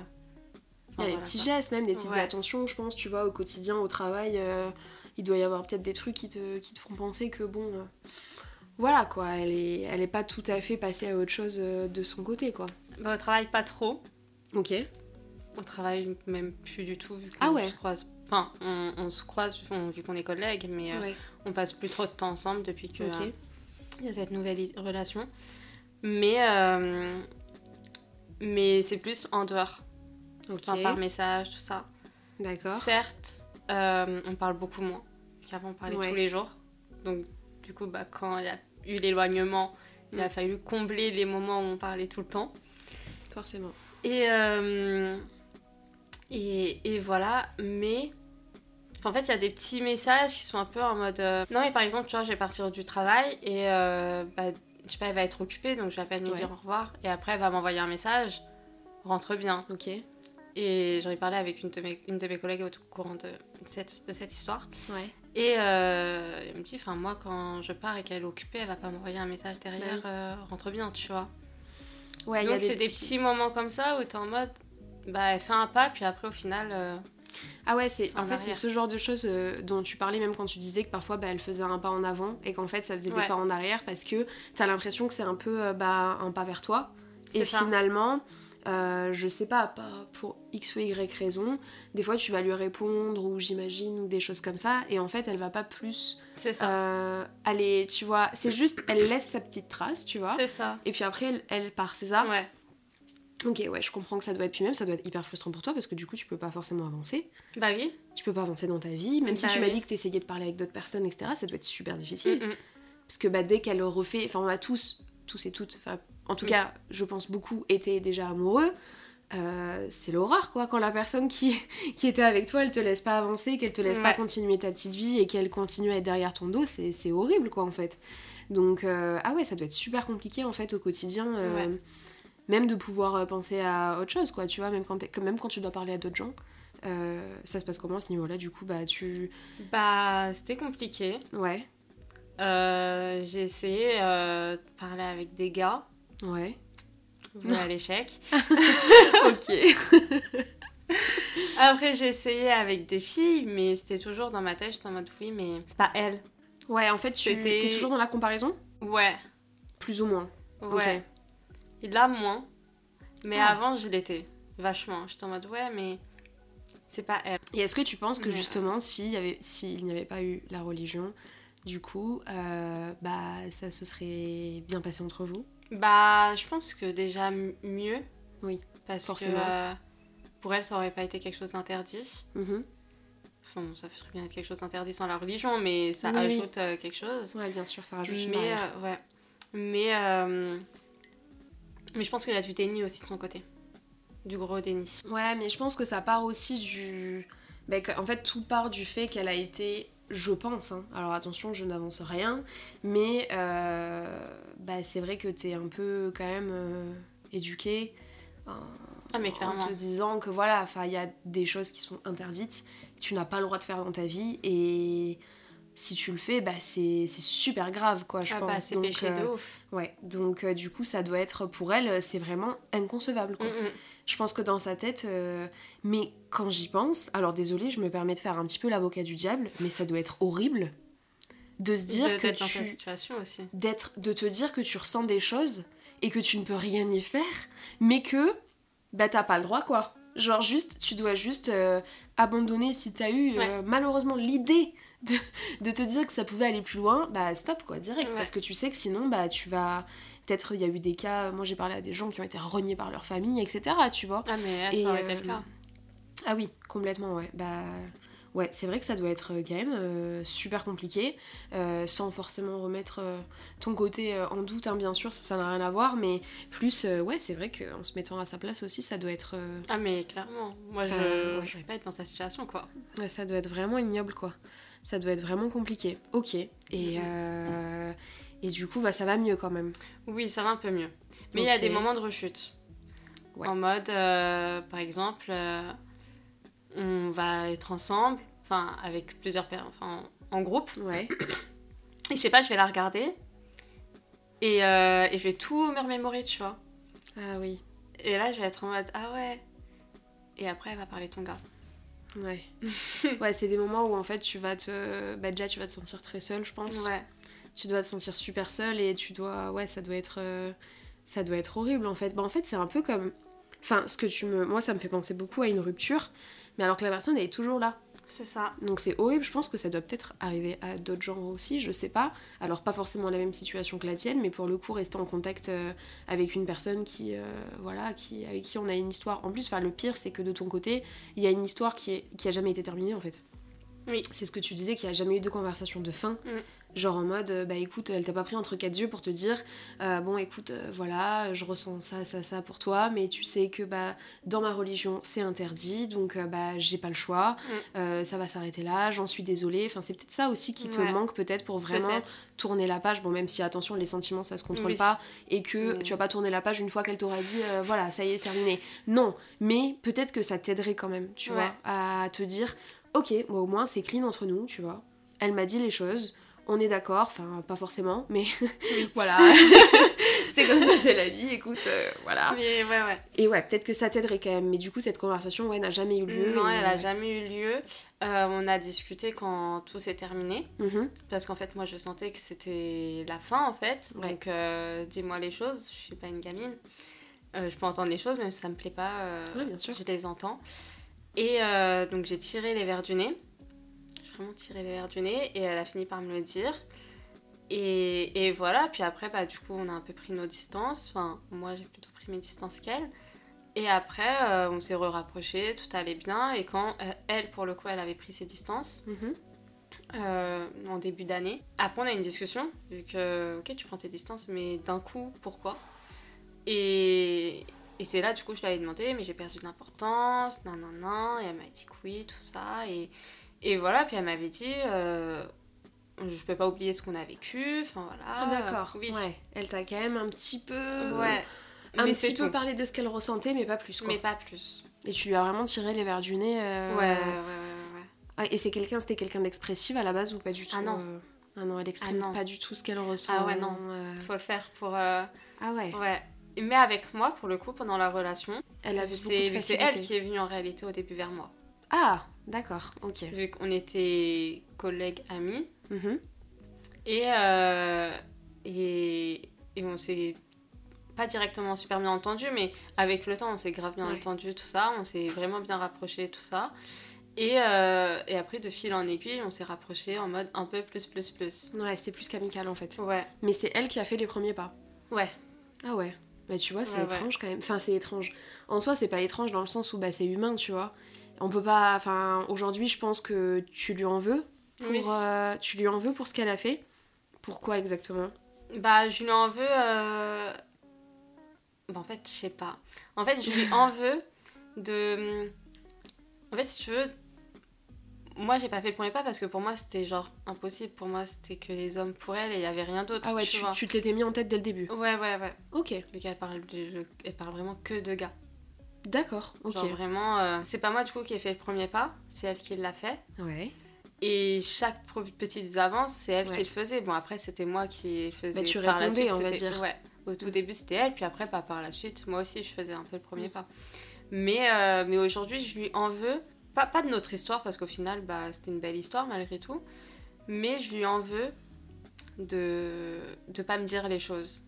Speaker 2: Il y
Speaker 3: enfin,
Speaker 2: a des
Speaker 3: voilà,
Speaker 2: petits
Speaker 3: quoi.
Speaker 2: gestes, même des petites
Speaker 3: Ouais.
Speaker 2: attentions, je pense, tu vois, au quotidien, au travail. euh, il doit y avoir peut-être des trucs qui te, qui te font penser que, bon, euh, voilà quoi, elle est, elle est pas tout à fait passée à autre chose euh, de son côté, quoi.
Speaker 3: Bah, au travail, pas trop.
Speaker 2: Ok.
Speaker 3: On travaille même plus du tout vu qu'on
Speaker 2: Ah ouais.
Speaker 3: se croise. Enfin, on, on se croise on- vu qu'on est collègues, mais euh,
Speaker 2: Ouais.
Speaker 3: on passe plus trop de temps ensemble depuis que
Speaker 2: Ok.
Speaker 3: euh, il y a cette nouvelle i- relation. Mais euh, mais c'est plus en dehors,
Speaker 2: Ok.
Speaker 3: enfin, par message, tout ça.
Speaker 2: D'accord.
Speaker 3: Certes, euh, on parle beaucoup moins qu'avant. On parlait
Speaker 2: Ouais.
Speaker 3: tous les jours. Donc du coup, bah, quand il y a eu l'éloignement, il a
Speaker 2: Mm.
Speaker 3: fallu combler les moments où on parlait tout le temps.
Speaker 2: Forcément.
Speaker 3: Et, euh, et, et voilà, mais. enfin, en fait, il y a des petits messages qui sont un peu en mode. euh, Non, mais par exemple, tu vois, je vais partir du travail et. euh, bah, je sais pas, elle va être occupée, donc je vais à peine lui
Speaker 2: Ouais.
Speaker 3: dire au revoir. Et après, elle va m'envoyer un message. Rentre bien.
Speaker 2: Ok.
Speaker 3: Et j'en ai parlé avec une de mes, une de mes collègues au courant de cette, de cette histoire.
Speaker 2: Ouais.
Speaker 3: Et euh, elle me dit, enfin, moi, quand je pars et qu'elle est occupée, elle va pas m'envoyer un message derrière.
Speaker 2: Bah
Speaker 3: euh, rentre bien, tu vois.
Speaker 2: Ouais, il y a
Speaker 3: Donc
Speaker 2: des
Speaker 3: c'est des
Speaker 2: petits...
Speaker 3: petits moments comme ça où t'es en mode, bah elle fait un pas, puis après au final, euh,
Speaker 2: Ah ouais, c'est en
Speaker 3: En
Speaker 2: fait c'est
Speaker 3: arrière.
Speaker 2: ce genre de choses euh, dont tu parlais même quand tu disais que parfois bah, elle faisait un pas en avant et qu'en fait ça faisait des
Speaker 3: Ouais.
Speaker 2: pas en arrière parce que t'as l'impression que c'est un peu euh, bah, un pas vers toi et
Speaker 3: C'est ça.
Speaker 2: finalement euh, je sais pas pas pour x ou y raison des fois tu vas lui répondre ou j'imagine ou des choses comme ça et en fait elle va pas plus
Speaker 3: c'est ça.
Speaker 2: euh, aller tu vois c'est juste elle laisse sa petite trace tu vois Ah.
Speaker 3: C'est ça.
Speaker 2: et puis après elle, elle part c'est ça
Speaker 3: Ouais.
Speaker 2: ok ouais je comprends que ça doit être puis même ça doit être hyper frustrant pour toi parce que du coup tu peux pas forcément avancer
Speaker 3: Bah oui.
Speaker 2: tu peux pas avancer dans ta vie, même si
Speaker 3: Bah
Speaker 2: tu m'as
Speaker 3: oui.
Speaker 2: dit que t'essayais de parler avec d'autres personnes, etc. Ça doit être super difficile.
Speaker 3: Mm, mm.
Speaker 2: Parce que bah, dès qu'elle refait, enfin on a tous, tous et toutes, enfin en tout
Speaker 3: Mm.
Speaker 2: cas je pense beaucoup étaient déjà amoureux, euh, c'est l'horreur quoi, quand la personne qui, qui était avec toi, elle te laisse pas avancer, qu'elle te laisse pas
Speaker 3: Ouais.
Speaker 2: continuer ta petite vie et qu'elle continue à être derrière ton dos, c'est c'est horrible quoi en fait. Donc euh, ah ouais, ça doit être super compliqué en fait au quotidien. euh, Même de pouvoir euh, penser à autre chose, quoi, tu vois, même quand, t'es- même quand tu dois parler à d'autres gens, Euh, ça se passe comment à ce niveau-là Du coup, bah tu.
Speaker 3: Bah, c'était compliqué.
Speaker 2: Ouais,
Speaker 3: Euh, j'ai essayé euh, de parler avec des gars,
Speaker 2: ouais.
Speaker 3: mais à l'échec.
Speaker 2: ok.
Speaker 3: Après, j'ai essayé avec des filles, mais c'était toujours dans ma tête, j'étais en mode oui, mais c'est pas elle.
Speaker 2: Ouais, en fait, tu
Speaker 3: C'était-
Speaker 2: es toujours dans la comparaison
Speaker 3: Ouais,
Speaker 2: Plus ou moins. Ok.
Speaker 3: ouais. Et là, moins. Mais
Speaker 2: Ah.
Speaker 3: avant, je l'étais, vachement. J'étais en mode ouais, mais c'est pas elle.
Speaker 2: Et est-ce que tu penses que
Speaker 3: Ouais.
Speaker 2: justement, s'il y avait- s'il n'y avait pas eu la religion, du coup, euh, bah ça se serait bien passé entre vous
Speaker 3: Bah, je pense que déjà m- mieux.
Speaker 2: Oui,
Speaker 3: Parce
Speaker 2: forcément.
Speaker 3: que euh, pour elle, ça aurait pas été quelque chose d'interdit.
Speaker 2: Mhm.
Speaker 3: Enfin, bon, ça peut très bien être quelque chose d'interdit sans la religion, mais ça
Speaker 2: Oui, oui.
Speaker 3: ajoute euh, quelque chose.
Speaker 2: Ouais, bien sûr, ça rajoute une
Speaker 3: mais,
Speaker 2: barrière.
Speaker 3: euh, ouais. Mais, euh, mais je pense qu'il y a du déni aussi de son côté. Du gros déni.
Speaker 2: Ouais, mais je pense que ça part aussi du. ben, que- en fait, tout part du fait qu'elle a été, je pense, hein, alors attention, je n'avance rien, mais euh, bah, c'est vrai que t'es un peu quand même euh, éduquée en,
Speaker 3: Ah, mais
Speaker 2: en
Speaker 3: clairement.
Speaker 2: te disant que voilà, enfin, il y a des choses qui sont interdites, que tu n'as pas le droit de faire dans ta vie, et si tu le fais, bah, c'est c'est super grave, quoi, je
Speaker 3: Ah,
Speaker 2: pense.
Speaker 3: bah, c'est
Speaker 2: Donc,
Speaker 3: péché de
Speaker 2: euh,
Speaker 3: ouf.
Speaker 2: Ouais, donc euh, du coup, ça doit être pour elle, c'est vraiment inconcevable, quoi.
Speaker 3: Mm, mm.
Speaker 2: Je pense que dans sa tête, euh, mais quand j'y pense, alors désolée, je me permets de faire un petit peu l'avocat du diable, mais ça doit être horrible de se dire
Speaker 3: De-
Speaker 2: que
Speaker 3: d'être dans sa
Speaker 2: tu
Speaker 3: situation aussi.
Speaker 2: d'être de te dire que tu ressens des choses et que tu ne peux rien y faire, mais que bah t'as pas le droit quoi. Genre juste, tu dois juste euh, abandonner si t'as eu euh,
Speaker 3: Ouais.
Speaker 2: malheureusement l'idée de, de te dire que ça pouvait aller plus loin, bah stop quoi, direct.
Speaker 3: Ouais.
Speaker 2: Parce que tu sais que sinon bah tu vas... Peut-être il y a eu des cas, moi j'ai parlé à des gens qui ont été reniés par leur famille, etc. Tu vois.
Speaker 3: Ah, mais elle,
Speaker 2: Et,
Speaker 3: ça aurait été le
Speaker 2: euh,
Speaker 3: cas.
Speaker 2: Ah oui, complètement, ouais. Bah, ouais, c'est vrai que ça doit être euh, quand même euh, super compliqué, euh, sans forcément remettre euh, ton côté euh, en doute, hein, bien sûr, ça ça n'a rien à voir, mais plus, euh, ouais, c'est vrai qu'en se mettant à sa place aussi, ça doit être, euh,
Speaker 3: Ah, mais clairement. Moi,
Speaker 2: Enfin,
Speaker 3: je
Speaker 2: ouais.
Speaker 3: je vais pas être dans sa situation, quoi.
Speaker 2: ouais, ça doit être vraiment ignoble, quoi. Ça doit être vraiment compliqué. Ok. Et,
Speaker 3: Mhm.
Speaker 2: euh, et du coup, bah, ça va mieux quand même.
Speaker 3: Oui, ça va un peu mieux. Mais il y a
Speaker 2: Ok.
Speaker 3: des moments de rechute.
Speaker 2: Ouais.
Speaker 3: En mode, euh, par exemple, euh, on va être ensemble, enfin, avec plusieurs personnes, enfin, en groupe.
Speaker 2: Ouais.
Speaker 3: Et je sais pas, je vais la regarder. Et, euh, et je vais tout me remémorer, tu vois.
Speaker 2: Ah oui.
Speaker 3: Et là, je vais être en mode, ah ouais. Et après, elle va parler de ton gars.
Speaker 2: Ouais. ouais, c'est des moments où en fait, tu vas te. Bah, déjà, tu vas te sentir très seule, je pense.
Speaker 3: Ouais.
Speaker 2: tu dois te sentir super seule et tu dois ouais ça doit être euh, ça doit être horrible en fait bah en fait c'est un peu comme enfin ce que tu me moi ça me fait penser beaucoup à une rupture mais alors que la personne elle est toujours là
Speaker 3: C'est ça.
Speaker 2: donc c'est horrible je pense que ça doit peut-être arriver à d'autres gens aussi je sais pas alors pas forcément la même situation que la tienne mais pour le coup rester en contact euh, avec une personne qui euh, voilà qui avec qui on a une histoire en plus enfin le pire c'est que de ton côté il y a une histoire qui est qui a jamais été terminée en fait
Speaker 3: Oui.
Speaker 2: c'est ce que tu disais qu'il n'y a jamais eu de conversation de fin
Speaker 3: Mm.
Speaker 2: Genre en mode, euh, bah écoute, elle t'a pas pris entre quatre yeux pour te dire, euh, bon écoute, euh, voilà, je ressens ça, ça, ça pour toi, mais tu sais que bah dans ma religion c'est interdit, donc euh, bah j'ai pas le choix,
Speaker 3: Mm.
Speaker 2: euh, ça va s'arrêter là, j'en suis désolée. Enfin c'est peut-être ça aussi qui te
Speaker 3: Ouais.
Speaker 2: manque peut-être pour vraiment
Speaker 3: Peut-être.
Speaker 2: tourner la page. Bon même si attention les sentiments ça se contrôle
Speaker 3: Oui.
Speaker 2: pas et que
Speaker 3: Mm.
Speaker 2: tu vas pas tourner la page une fois qu'elle t'aura dit, euh, voilà ça y est c'est terminé. Non, mais peut-être que ça t'aiderait quand même, tu
Speaker 3: Ouais.
Speaker 2: vois, à te dire, ok, moi au moins c'est clean entre nous, tu vois. Elle m'a dit les choses on est d'accord, enfin pas forcément, mais voilà, c'est comme ça, c'est la vie, écoute, euh, voilà.
Speaker 3: Mais ouais, ouais.
Speaker 2: Et ouais, peut-être que ça t'aiderait quand même, mais du coup cette conversation, ouais, n'a jamais eu lieu.
Speaker 3: Non,
Speaker 2: et-
Speaker 3: elle a jamais eu lieu. Euh, on a discuté quand tout s'est terminé.
Speaker 2: Mhm,
Speaker 3: Parce qu'en fait, moi, je sentais que c'était la fin, en fait.
Speaker 2: Ouais.
Speaker 3: Donc, euh, dis-moi les choses. Je suis pas une gamine. Euh, je peux entendre les choses, même si ça me plaît pas. euh,
Speaker 2: Ouais, bien sûr.
Speaker 3: Je les entends. Et euh, donc, j'ai tiré les verres du nez. J'ai vraiment tiré les verres du nez. Et elle a fini par me le dire. Et, et voilà. Puis après, bah, du coup, on a un peu pris nos distances. Enfin, moi, j'ai plutôt pris mes distances qu'elle. Et après, euh, on s'est rapprochés, tout allait bien. Et quand euh, elle, pour le coup, elle avait pris ses distances,
Speaker 2: mhm.
Speaker 3: euh, en début d'année. Après, on a une discussion, vu que, ok, tu prends tes distances, mais d'un coup, pourquoi Et, et c'est là, du coup, je l'avais demandé, mais j'ai perdu de l'importance, nan nan nan, et elle m'a dit que oui, tout ça, et, et voilà, puis elle m'avait dit, euh, je peux pas oublier ce qu'on a vécu, enfin voilà.
Speaker 2: Ah, d'accord,
Speaker 3: Euh, Oui,
Speaker 2: ouais. Elle t'a quand même un petit peu.
Speaker 3: Ouais.
Speaker 2: Un
Speaker 3: mais c'est
Speaker 2: petit peu
Speaker 3: tout,
Speaker 2: parlé de ce qu'elle ressentait, mais pas plus quoi.
Speaker 3: mais pas plus.
Speaker 2: Et tu lui as vraiment tiré les verres du nez. euh,
Speaker 3: Ouais, ouais, ouais, ouais, ouais.
Speaker 2: ah, et c'est quelqu'un, c'était quelqu'un d'expressif à la base ou pas du tout
Speaker 3: Ah non.
Speaker 2: euh, Ah non, elle exprime
Speaker 3: Ah non.
Speaker 2: pas du tout ce qu'elle ressent.
Speaker 3: Ah ouais, non.
Speaker 2: euh,
Speaker 3: Faut le faire pour. euh,
Speaker 2: Ah ouais.
Speaker 3: Ouais. Mais avec moi, pour le coup, pendant la relation,
Speaker 2: Elle avait beaucoup de
Speaker 3: c'est c'est
Speaker 2: facilité.
Speaker 3: elle qui est venue en réalité au début vers moi.
Speaker 2: Ah, d'accord, ok.
Speaker 3: Vu qu'on était collègues, amis.
Speaker 2: Mhm.
Speaker 3: Et, euh, et, et on s'est pas directement super bien entendu, mais avec le temps, on s'est grave bien
Speaker 2: Ouais.
Speaker 3: entendu, tout ça. On s'est vraiment bien rapprochés, tout ça. Et, euh, et après, de fil en aiguille, on s'est rapprochés en mode un peu plus, plus, plus.
Speaker 2: Ouais, c'est plus qu'amical en fait.
Speaker 3: Ouais,
Speaker 2: Mais c'est elle qui a fait les premiers pas.
Speaker 3: ouais,
Speaker 2: Ah ouais. Bah tu vois, c'est
Speaker 3: Ouais, ouais.
Speaker 2: étrange quand même. Enfin, c'est étrange. En soi, c'est pas étrange dans le sens où bah, c'est humain, tu vois. On peut pas. Enfin, aujourd'hui, je pense que tu lui en veux. Pour,
Speaker 3: oui.
Speaker 2: euh, tu lui en veux pour ce qu'elle a fait. Pourquoi exactement
Speaker 3: Bah, je lui en veux. euh, bah, en fait, je sais pas. En fait, je lui en veux de. En fait, si tu veux, moi, j'ai pas fait le premier pas parce que pour moi, c'était genre impossible. Pour moi, c'était que les hommes pour elle et il y avait rien d'autre.
Speaker 2: Ah ouais,
Speaker 3: tu,
Speaker 2: tu,
Speaker 3: vois.
Speaker 2: tu te l'étais mis en tête dès le début.
Speaker 3: Ouais, ouais, ouais.
Speaker 2: Ok,
Speaker 3: Vu qu'elle parle, de- elle parle vraiment que de gars.
Speaker 2: d'accord, ok.
Speaker 3: Genre vraiment. euh, C'est pas moi, du coup, qui ai fait le premier pas, c'est elle qui l'a fait.
Speaker 2: Ouais.
Speaker 3: Et chaque pro- petite avance, c'est elle
Speaker 2: Ouais.
Speaker 3: qui le faisait. Bon, après, c'était moi qui le faisais.
Speaker 2: Bah, tu
Speaker 3: par la
Speaker 2: répondais,
Speaker 3: suite,
Speaker 2: on va
Speaker 3: c'était-
Speaker 2: dire.
Speaker 3: Ouais. Au tout
Speaker 2: Mm.
Speaker 3: début, c'était elle, puis après, pas par la suite. Moi aussi, je faisais un peu le premier
Speaker 2: Mm.
Speaker 3: pas. Mais, euh, mais aujourd'hui, je lui en veux. Pas, pas de notre histoire, parce qu'au final, bah, c'était une belle histoire malgré tout. Mais je lui en veux de de pas me dire les choses,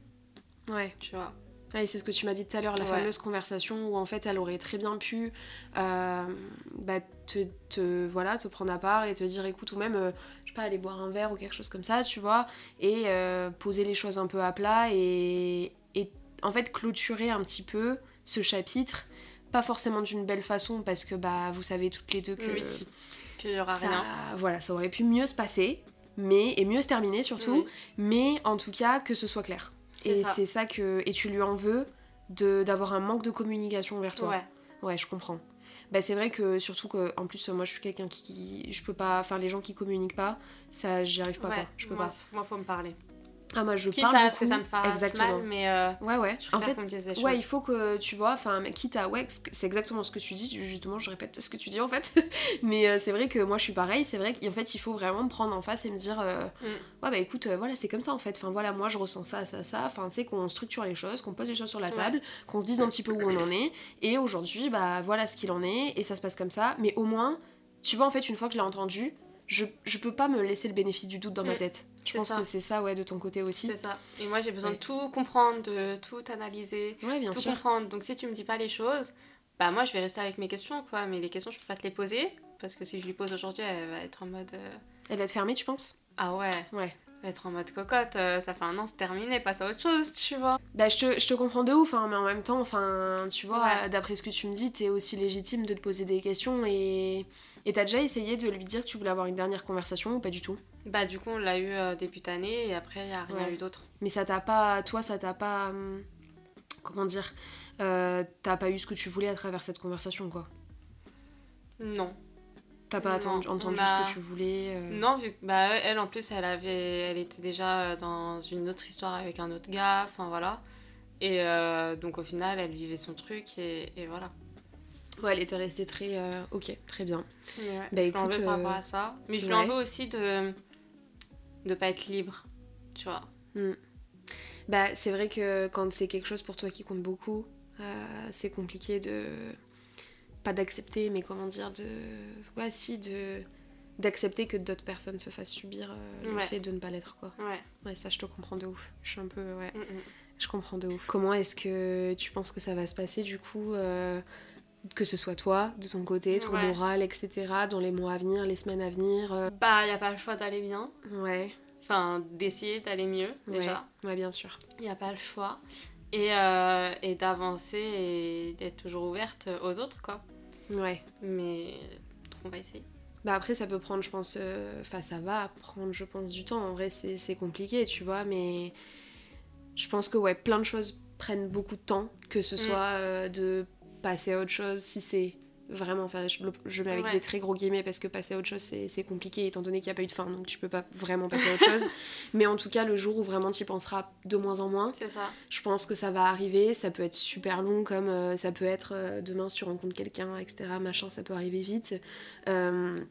Speaker 2: Ouais,
Speaker 3: tu vois.
Speaker 2: Ouais, c'est ce que tu m'as dit tout à l'heure, la
Speaker 3: Ouais.
Speaker 2: fameuse conversation où en fait elle aurait très bien pu euh, bah, te, te- voilà, te prendre à part et te dire écoute, ou même, euh, je sais pas, aller boire un verre ou quelque chose comme ça, tu vois, et euh, poser les choses un peu à plat et, et en fait clôturer un petit peu ce chapitre, pas forcément d'une belle façon parce que bah vous savez toutes les deux que
Speaker 3: Oui. Puis il y aura
Speaker 2: Mm. ça,
Speaker 3: rien.
Speaker 2: voilà, ça aurait pu mieux se passer, mais et mieux se terminer surtout,
Speaker 3: Oui.
Speaker 2: mais en tout cas que ce soit clair.
Speaker 3: C'est
Speaker 2: Et
Speaker 3: ça.
Speaker 2: c'est ça que et tu lui en veux de d'avoir un manque de communication vers toi.
Speaker 3: Ouais.
Speaker 2: Ouais, je comprends. Bah c'est vrai que surtout que en plus moi je suis quelqu'un qui, qui- je peux pas faire les gens qui communiquent pas, ça j'y arrive pas
Speaker 3: ouais.
Speaker 2: quoi. Je peux
Speaker 3: moi,
Speaker 2: pas.
Speaker 3: c'est- Moi, faut me parler.
Speaker 2: Ah moi je
Speaker 3: Quitte
Speaker 2: parle
Speaker 3: à
Speaker 2: beaucoup.
Speaker 3: ce que ça me fasse
Speaker 2: Exactement.
Speaker 3: mal, mais euh,
Speaker 2: Ouais ouais.
Speaker 3: je
Speaker 2: En
Speaker 3: préfère
Speaker 2: fait
Speaker 3: qu'on me dise les
Speaker 2: Ouais,
Speaker 3: choses.
Speaker 2: il faut que tu vois, enfin, quitte à ouais, c'est exactement ce que tu dis, justement, je répète ce que tu dis en fait. Mais euh, c'est vrai que moi je suis pareil, c'est vrai qu'en fait il faut vraiment me prendre en face et me dire, euh,
Speaker 3: Mm.
Speaker 2: ouais, bah écoute, euh, voilà, c'est comme ça en fait, enfin voilà, moi je ressens ça, ça, ça, enfin, c'est qu'on structure les choses, qu'on pose les choses sur la
Speaker 3: Ouais.
Speaker 2: table, qu'on se dise un petit peu où on en est, et aujourd'hui, bah voilà ce qu'il en est, et ça se passe comme ça, mais au moins, tu vois, en fait, une fois que je l'ai entendu, je, je peux pas me laisser le bénéfice du doute dans ma
Speaker 3: Mm.
Speaker 2: tête. Je
Speaker 3: C'est
Speaker 2: pense
Speaker 3: ça.
Speaker 2: que c'est ça, ouais, de ton côté aussi.
Speaker 3: C'est ça. Et moi, j'ai besoin
Speaker 2: Ouais.
Speaker 3: de tout comprendre, de tout analyser,
Speaker 2: Ouais, bien
Speaker 3: tout
Speaker 2: sûr.
Speaker 3: comprendre. Donc, si tu me dis pas les choses, bah moi, je vais rester avec mes questions, quoi. Mais les questions, je peux pas te les poser parce que si je lui pose aujourd'hui, elle va être en mode euh,
Speaker 2: Elle va te fermer, tu penses
Speaker 3: ah ouais,
Speaker 2: Ouais.
Speaker 3: elle va être en mode cocotte. euh, ça fait un an, c'est terminé, passe à autre chose, tu vois.
Speaker 2: Bah, je te, je te comprends de ouf, hein, mais en même temps, enfin, tu vois,
Speaker 3: Ouais.
Speaker 2: euh, d'après ce que tu me dis, t'es aussi légitime de te poser des questions et et t'as déjà essayé de lui dire que tu voulais avoir une dernière conversation ou pas du tout.
Speaker 3: Bah du coup, on l'a eu euh, début d'année et après, il y a rien
Speaker 2: Ouais.
Speaker 3: eu d'autre.
Speaker 2: Mais ça t'a pas, toi, ça t'a pas, hum, comment dire, euh, t'as pas eu ce que tu voulais à travers cette conversation, quoi.
Speaker 3: Non.
Speaker 2: T'as pas
Speaker 3: Non,
Speaker 2: attendu,
Speaker 3: on
Speaker 2: entendu
Speaker 3: a-
Speaker 2: ce que tu voulais. euh.
Speaker 3: Non, vu que bah elle en plus, elle avait, elle était déjà euh, dans une autre histoire avec un autre gars. Enfin voilà. Et euh, donc au final, elle vivait son truc et, et voilà.
Speaker 2: Ouais, elle était restée très, euh, ok, très bien.
Speaker 3: Ouais,
Speaker 2: Bah,
Speaker 3: je l'en
Speaker 2: écoute,
Speaker 3: veux par
Speaker 2: euh,
Speaker 3: rapport à ça. Mais je lui en
Speaker 2: ouais.
Speaker 3: veux aussi de de pas être libre, tu vois.
Speaker 2: Bah, c'est vrai que quand c'est quelque chose pour toi qui compte beaucoup, euh, c'est compliqué de. Pas d'accepter, mais comment dire, de. Ouais, si, de. D'accepter que d'autres personnes se fassent subir euh, le
Speaker 3: Ouais.
Speaker 2: fait de ne pas l'être, quoi.
Speaker 3: Ouais.
Speaker 2: Ouais, ça, je te comprends de ouf. Je suis un peu.
Speaker 3: Mm,
Speaker 2: Ouais, je comprends de ouf. Comment est-ce que tu penses que ça va se passer, du coup euh, Que ce soit toi, de ton côté, ton
Speaker 3: Ouais.
Speaker 2: moral, etc., dans les mois à venir, les semaines à venir. euh,
Speaker 3: Bah, y a pas le choix d'aller bien.
Speaker 2: Ouais,
Speaker 3: Enfin, d'essayer d'aller mieux déjà.
Speaker 2: ouais, bien sûr.
Speaker 3: Y a pas le choix. Et, euh, et d'avancer et d'être toujours ouverte aux autres, quoi.
Speaker 2: Ouais.
Speaker 3: Mais on va essayer.
Speaker 2: Bah après, ça peut prendre, je pense, euh, enfin, ça va prendre, je pense, du temps. En vrai, c'est c'est compliqué, tu vois, mais je pense que, ouais, plein de choses prennent beaucoup de temps, que ce
Speaker 3: Mm.
Speaker 2: soit euh, de passer à autre chose, si c'est Vraiment, enfin, je, le- je mets avec
Speaker 3: Ouais.
Speaker 2: des très gros guillemets parce que passer à autre chose, c'est c'est compliqué étant donné qu'il n'y a pas eu de fin, donc tu peux pas vraiment passer à autre chose. Mais en tout cas, le jour où vraiment tu y penseras de moins en moins,
Speaker 3: C'est ça.
Speaker 2: je pense que ça va arriver. Ça peut être super long, comme euh, ça peut être euh, demain si tu rencontres quelqu'un, etc. Machin, ça peut arriver vite. Euh,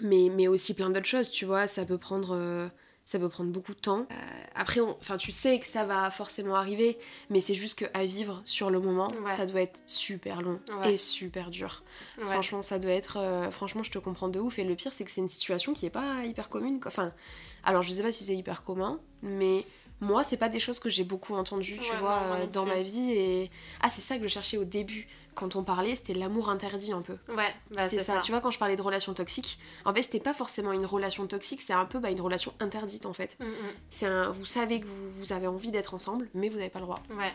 Speaker 2: mais, mais aussi plein d'autres choses, tu vois. Ça peut prendre, euh, ça peut prendre beaucoup de temps. Euh, après, on- enfin, tu sais que ça va forcément arriver, mais c'est juste que à vivre sur le moment,
Speaker 3: Ouais.
Speaker 2: ça doit être super long
Speaker 3: Ouais.
Speaker 2: et super dur.
Speaker 3: Ouais.
Speaker 2: Franchement, ça doit être. euh, franchement, je te comprends de ouf. Et le pire, c'est que c'est une situation qui est pas hyper commune. quoi. Enfin, alors je sais pas si c'est hyper commun, mais moi, c'est pas des choses que j'ai beaucoup entendues, tu
Speaker 3: Ouais,
Speaker 2: vois,
Speaker 3: non, moi
Speaker 2: euh,
Speaker 3: non
Speaker 2: dans
Speaker 3: plus.
Speaker 2: ma vie. Et ah, c'est ça que je cherchais au début quand on parlait. C'était l'amour interdit un peu.
Speaker 3: Ouais, bah,
Speaker 2: c'est
Speaker 3: c'est
Speaker 2: ça.
Speaker 3: ça.
Speaker 2: Tu vois, quand je parlais de relation toxique, en fait, c'était pas forcément une relation toxique. C'est un peu bah, une relation interdite en fait.
Speaker 3: Mm,
Speaker 2: C'est un. Vous savez que vous, vous avez envie d'être ensemble, mais vous n'avez pas le droit.
Speaker 3: mm. Ouais.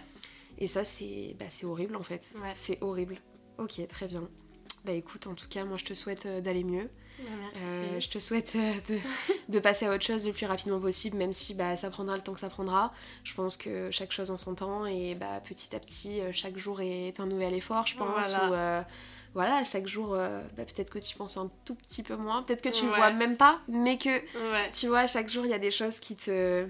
Speaker 2: Et ça, c'est bah, c'est horrible en fait.
Speaker 3: Ouais.
Speaker 2: C'est horrible. Ok, très bien. Bah écoute, en tout cas, moi je te souhaite euh, d'aller mieux. Euh,
Speaker 3: Merci.
Speaker 2: je te souhaite euh, de, de passer à autre chose le plus rapidement possible, même si bah, ça prendra le temps que ça prendra. Je pense que chaque chose en son temps et bah, petit à petit, euh, chaque jour est un nouvel effort, je pense.
Speaker 3: Voilà.
Speaker 2: Ou, euh, voilà, chaque jour, euh, bah, peut-être que tu penses un tout petit peu moins, peut-être que tu ne
Speaker 3: Ouais.
Speaker 2: vois même pas, mais que
Speaker 3: Ouais.
Speaker 2: tu vois, chaque jour, il y a des choses qui te.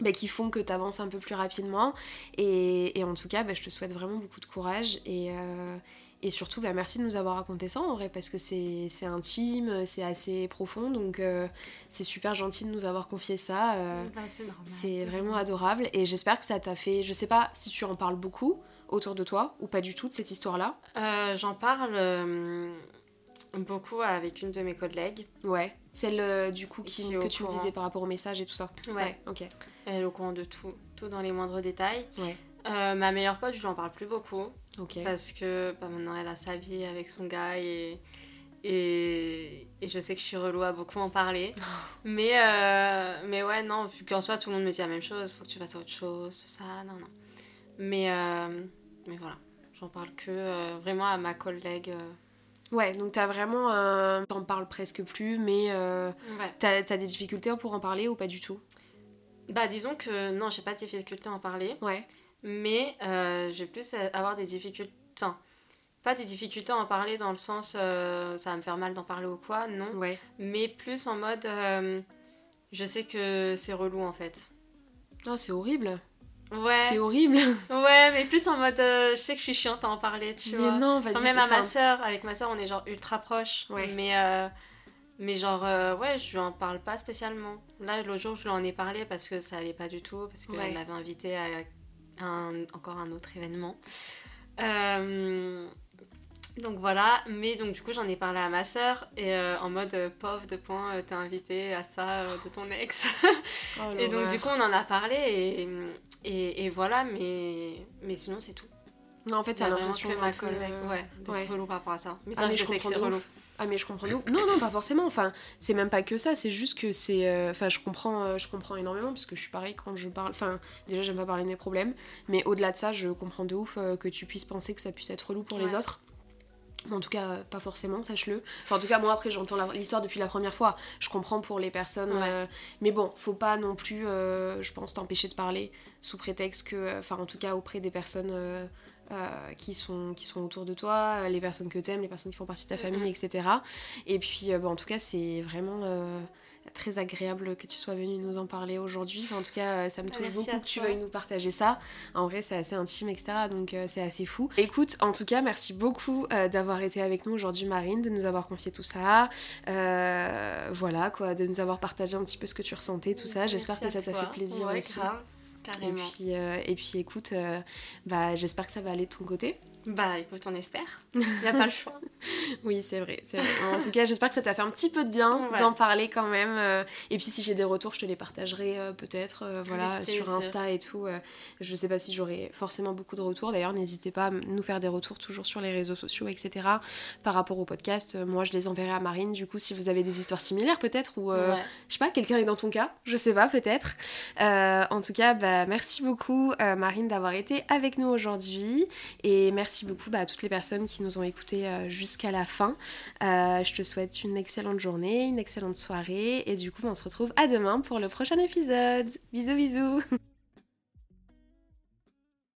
Speaker 2: bah, qui font que tu avances un peu plus rapidement. Et, et en tout cas, bah, je te souhaite vraiment beaucoup de courage. Et, euh, et surtout, bah, merci de nous avoir raconté ça en vrai, parce que c'est c'est intime, c'est assez profond. Donc, euh, c'est super gentil de nous avoir confié ça. euh,
Speaker 3: Bah, c'est normal.
Speaker 2: c'est vraiment adorable. Et j'espère que ça t'a fait. Je sais pas si tu en parles beaucoup autour de toi ou pas du tout de cette histoire-là.
Speaker 3: Euh, J'en parle euh, beaucoup avec une de mes collègues.
Speaker 2: Ouais. Celle euh, du coup qui,
Speaker 3: Qui est
Speaker 2: que
Speaker 3: au
Speaker 2: tu me
Speaker 3: courant.
Speaker 2: disais par rapport au message et tout ça. Ok.
Speaker 3: Elle est au courant de tout, tout dans les moindres détails.
Speaker 2: Ouais.
Speaker 3: Euh, ma meilleure pote, je lui en parle plus beaucoup
Speaker 2: Ok.
Speaker 3: parce que bah, maintenant elle a sa vie avec son gars et, et, et je sais que je suis relou à beaucoup en parler. mais, euh, mais ouais, non, vu qu'en soi tout le monde me dit la même chose, faut que tu fasses autre chose, tout ça, non, non. Mais, euh, mais voilà, j'en parle que euh, vraiment à ma collègue. euh.
Speaker 2: Ouais, donc t'as vraiment un... T'en parles presque plus, mais euh,
Speaker 3: Ouais.
Speaker 2: t'as t'as des difficultés pour en parler ou pas du tout
Speaker 3: Bah disons que non, j'ai pas de difficulté à en parler,
Speaker 2: Ouais.
Speaker 3: mais euh, j'ai plus à avoir des difficultés... Enfin, pas des difficultés à en parler dans le sens euh, ça va me faire mal d'en parler ou quoi, non.
Speaker 2: Ouais.
Speaker 3: Mais plus en mode euh, je sais que c'est relou en fait.
Speaker 2: Non, c'est horrible.
Speaker 3: Ouais,
Speaker 2: C'est horrible.
Speaker 3: ouais, mais plus en mode euh, je sais que je suis chiante à en parler, tu
Speaker 2: mais
Speaker 3: vois.
Speaker 2: non, vas-y.
Speaker 3: Enfin,
Speaker 2: c'est-
Speaker 3: même à
Speaker 2: enfin,
Speaker 3: ma soeur, avec ma soeur on est genre ultra proches,
Speaker 2: Ouais.
Speaker 3: mais... euh, mais genre, euh, ouais, je lui en parle pas spécialement. Là, l'autre jour, je lui en ai parlé parce que ça allait pas du tout, parce qu'elle
Speaker 2: Ouais.
Speaker 3: m'avait invité à un- encore un autre événement. Euh, donc voilà, mais donc du coup, j'en ai parlé à ma soeur et euh, en mode, euh, pauvre de point, euh, t'es invité à ça euh, de ton ex.
Speaker 2: oh,
Speaker 3: et donc,
Speaker 2: l'horreur.
Speaker 3: du coup, on en a parlé et, et, et voilà, mais, mais sinon, c'est tout.
Speaker 2: Non, en fait,
Speaker 3: T'as
Speaker 2: t'as
Speaker 3: vraiment
Speaker 2: l'impression
Speaker 3: que ma
Speaker 2: un peu,
Speaker 3: collègue,
Speaker 2: euh,
Speaker 3: ouais, d'être
Speaker 2: ouais.
Speaker 3: relou par rapport à ça. Mais
Speaker 2: Ah,
Speaker 3: ça,
Speaker 2: mais
Speaker 3: je
Speaker 2: je
Speaker 3: sais que c'est
Speaker 2: comprends de
Speaker 3: relou.
Speaker 2: ouf. Ah mais je comprends de ouf. Non non pas forcément. Enfin c'est même pas que ça. C'est juste que c'est. euh, Enfin je comprends. euh, je comprends énormément parce que je suis pareil quand je parle. Enfin déjà j'aime pas parler de mes problèmes. Mais au-delà de ça je comprends de ouf euh, que tu puisses penser que ça puisse être relou pour les
Speaker 3: Ouais.
Speaker 2: autres. En tout cas, euh, pas forcément, sache-le. Enfin, en tout cas, moi, après, j'entends la- l'histoire depuis la première fois. Je comprends pour les personnes.
Speaker 3: Ouais.
Speaker 2: euh, mais bon, faut pas non plus, euh, je pense, t'empêcher de parler sous prétexte que. euh, Enfin, en tout cas, auprès des personnes euh, euh, qui, sont, qui sont autour de toi, euh, les personnes que t'aimes, les personnes qui font partie de ta famille,
Speaker 3: Mhm.
Speaker 2: etc. Et puis, euh, bah, en tout cas, c'est vraiment euh, très agréable que tu sois venu nous en parler aujourd'hui. Enfin, en tout cas, euh, ça me touche
Speaker 3: Ah, Merci
Speaker 2: beaucoup
Speaker 3: à
Speaker 2: que tu
Speaker 3: toi.
Speaker 2: veuilles nous partager ça. En vrai, c'est assez intime, etc. Donc, euh, c'est assez fou. Écoute, en tout cas, merci beaucoup euh, d'avoir été avec nous aujourd'hui, Marine, de nous avoir confié tout ça. Euh, voilà, quoi, de nous avoir partagé un petit peu ce que tu ressentais, tout ça. J'espère que
Speaker 3: Merci
Speaker 2: ça
Speaker 3: à
Speaker 2: t'a
Speaker 3: toi.
Speaker 2: fait plaisir
Speaker 3: Ouais,
Speaker 2: aussi.
Speaker 3: grave,
Speaker 2: Et
Speaker 3: carrément.
Speaker 2: puis, euh, et puis écoute, euh, bah, j'espère que ça va aller de ton côté.
Speaker 3: Bah écoute, on espère. Il a pas le choix.
Speaker 2: Oui, c'est vrai, c'est vrai. En tout cas, j'espère que ça t'a fait un petit peu de bien
Speaker 3: Ouais.
Speaker 2: d'en parler quand même. euh, Et puis, si j'ai des retours, je te les partagerai euh, peut-être euh, voilà,
Speaker 3: Avec
Speaker 2: sur
Speaker 3: plaisir.
Speaker 2: Insta et tout. euh, Je sais pas si j'aurai forcément beaucoup de retours. D'ailleurs, n'hésitez pas à m- nous faire des retours toujours sur les réseaux sociaux, etc. Par rapport au podcast, euh, moi, je les enverrai à Marine. Du coup, si vous avez des histoires similaires, peut-être, ou euh,
Speaker 3: Ouais.
Speaker 2: je sais pas, quelqu'un est dans ton cas, je sais pas, peut-être. Euh, en tout cas, bah, merci beaucoup euh, Marine d'avoir été avec nous aujourd'hui et merci beaucoup bah, à toutes les personnes qui nous ont écoutés euh, jusqu'à la fin. Euh, je te souhaite une excellente journée, une excellente soirée et du coup, on se retrouve à demain pour le prochain épisode. Bisous, bisous